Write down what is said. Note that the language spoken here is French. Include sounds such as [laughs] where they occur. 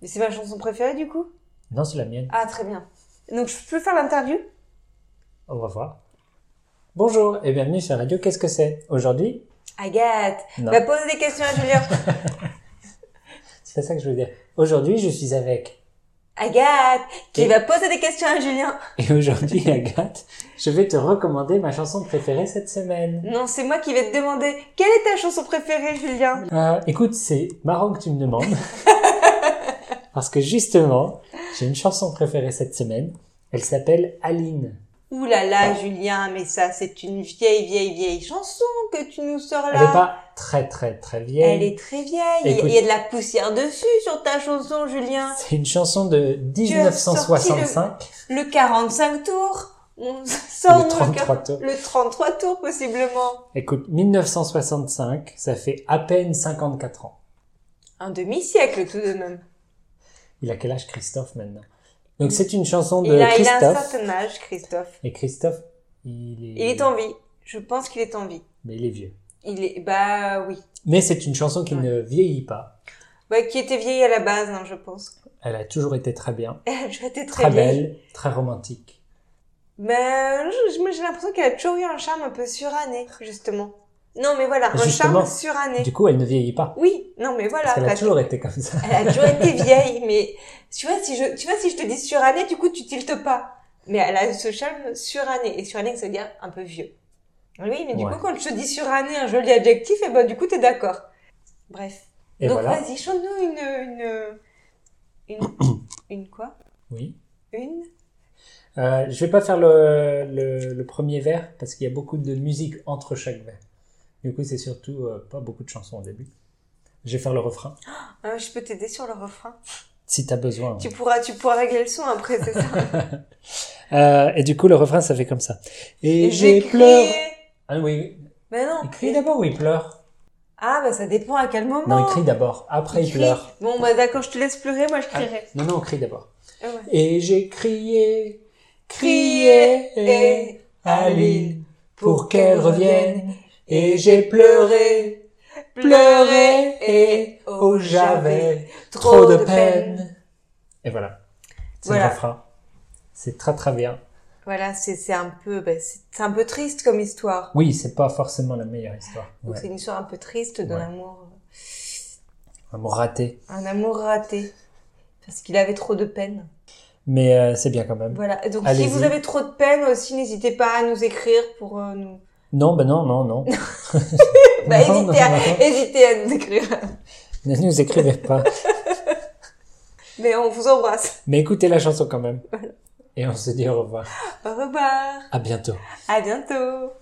Mais c'est ma chanson préférée du coup Non, c'est la mienne. Ah, très bien. Donc, je peux faire l'interview Au revoir. Bonjour et bienvenue sur Radio Qu'est-ce que c'est Aujourd'hui, Agathe, Non. va poser des questions à [laughs] Julien. c'est ça que je veux dire. Aujourd'hui, je suis avec. Agathe, qui Et- va poser des questions à Julien. Et aujourd'hui, [laughs] Agathe, je vais te recommander ma chanson préférée cette semaine. Non, c'est moi qui vais te demander quelle est ta chanson préférée, Julien Euh, écoute, c'est marrant que tu [laughs] me demandes. Parce que justement, j'ai une chanson préférée cette semaine. Elle s'appelle Aline. Ouh là là, Julien, mais ça, c'est une vieille, vieille, vieille chanson que tu nous sors là. Elle n'est pas très très très vieille. Elle est très vieille. Écoute. Il y a de la poussière dessus sur ta chanson, Julien. C'est une chanson de 1965, Le 45 tours. On [laughs] sort le 33 tours. Le 33 tours, possiblement. Écoute, 1965, ça fait à peine 54 ans. Un demi-siècle, tout de même. Il a quel âge Christophe maintenant Donc c'est une chanson il, de a, il a un Christophe. certain âge, Christophe. Et Christophe, il est... Il est en vie. Je pense qu'il est en vie. Mais il est vieux. Il est, bah oui. Mais c'est une chanson qui Ouais. ne vieillit pas. Ouais, qui était vieille à la base, hein, je pense. [laughs] Elle a toujours été très bien, Elle était très, très, vieille. belle, très romantique. Mais je- je- moi, j'ai l'impression qu'elle a toujours eu un charme un peu suranné, justement. Non, mais voilà, un Justement. charme suranné. Du coup, elle ne vieillit pas. Oui, non, mais voilà. Parce qu'elle a parce que- toujours été comme ça. Elle a toujours été vieille, mais tu vois, si je, tu vois, si je te dis surannée, du coup, tu tiltes pas. Mais elle a ce charme surannée. Et surannée, ça veut dire un peu vieux. Oui, mais du Ouais. coup, quand je te dis surannée, un joli adjectif, et ben, du coup, t'es d'accord. Bref. Et Donc, voilà. vas-y, chante-nous une, une, une, [clears throat] une quoi? Oui. Une? Euh, je vais pas faire le, le, le premier vers parce qu'il y a beaucoup de musique entre chaque vers. Du coup, c'est surtout euh, pas beaucoup de chansons au début. Je vais faire le refrain. Ah, je peux t'aider sur le refrain. Si t'as besoin. Tu pourras, tu pourras régler le son après, c'est ça. Euh, et du coup, le refrain, ça fait comme ça. [laughs] Et, j'ai J'écris. pleuré. Ah oui, Mais non. il crie d'abord ou il pleure Ah, bah, ça dépend à quel moment. Non, il crie d'abord. Après, il, crie. pleure. Bon, bah, d'accord, je te laisse pleurer, moi, je crierai. Non, non, on crie d'abord. Ah ouais. Et j'ai crié, crié, Crier Aline, pour qu'elle revienne. Et j'ai pleuré, pleuré, pleuré, et oh, j'avais trop de peine. Et voilà. C'est Voilà. le refrain. C'est très très bien. Voilà, c'est c'est un peu, bah, c'est c'est un peu triste comme histoire. Oui, c'est pas forcément la meilleure histoire. Donc, Ouais. C'est une histoire un peu triste d'un Ouais. amour, Un mot raté. un amour raté, parce qu'il avait trop de peine. Mais euh, c'est bien quand même. Voilà. Et Donc si Allez-y. vous avez trop de peine aussi, n'hésitez pas à nous écrire pour euh, nous. Non, ben non, non, [laughs] non. Bah, [laughs] Non, hésitez, à, non, non. hésitez à nous écrire. Ne nous écrivez pas. Mais on vous embrasse. Mais écoutez la chanson quand même. Et on se dit au revoir. Au revoir. À bientôt. À bientôt.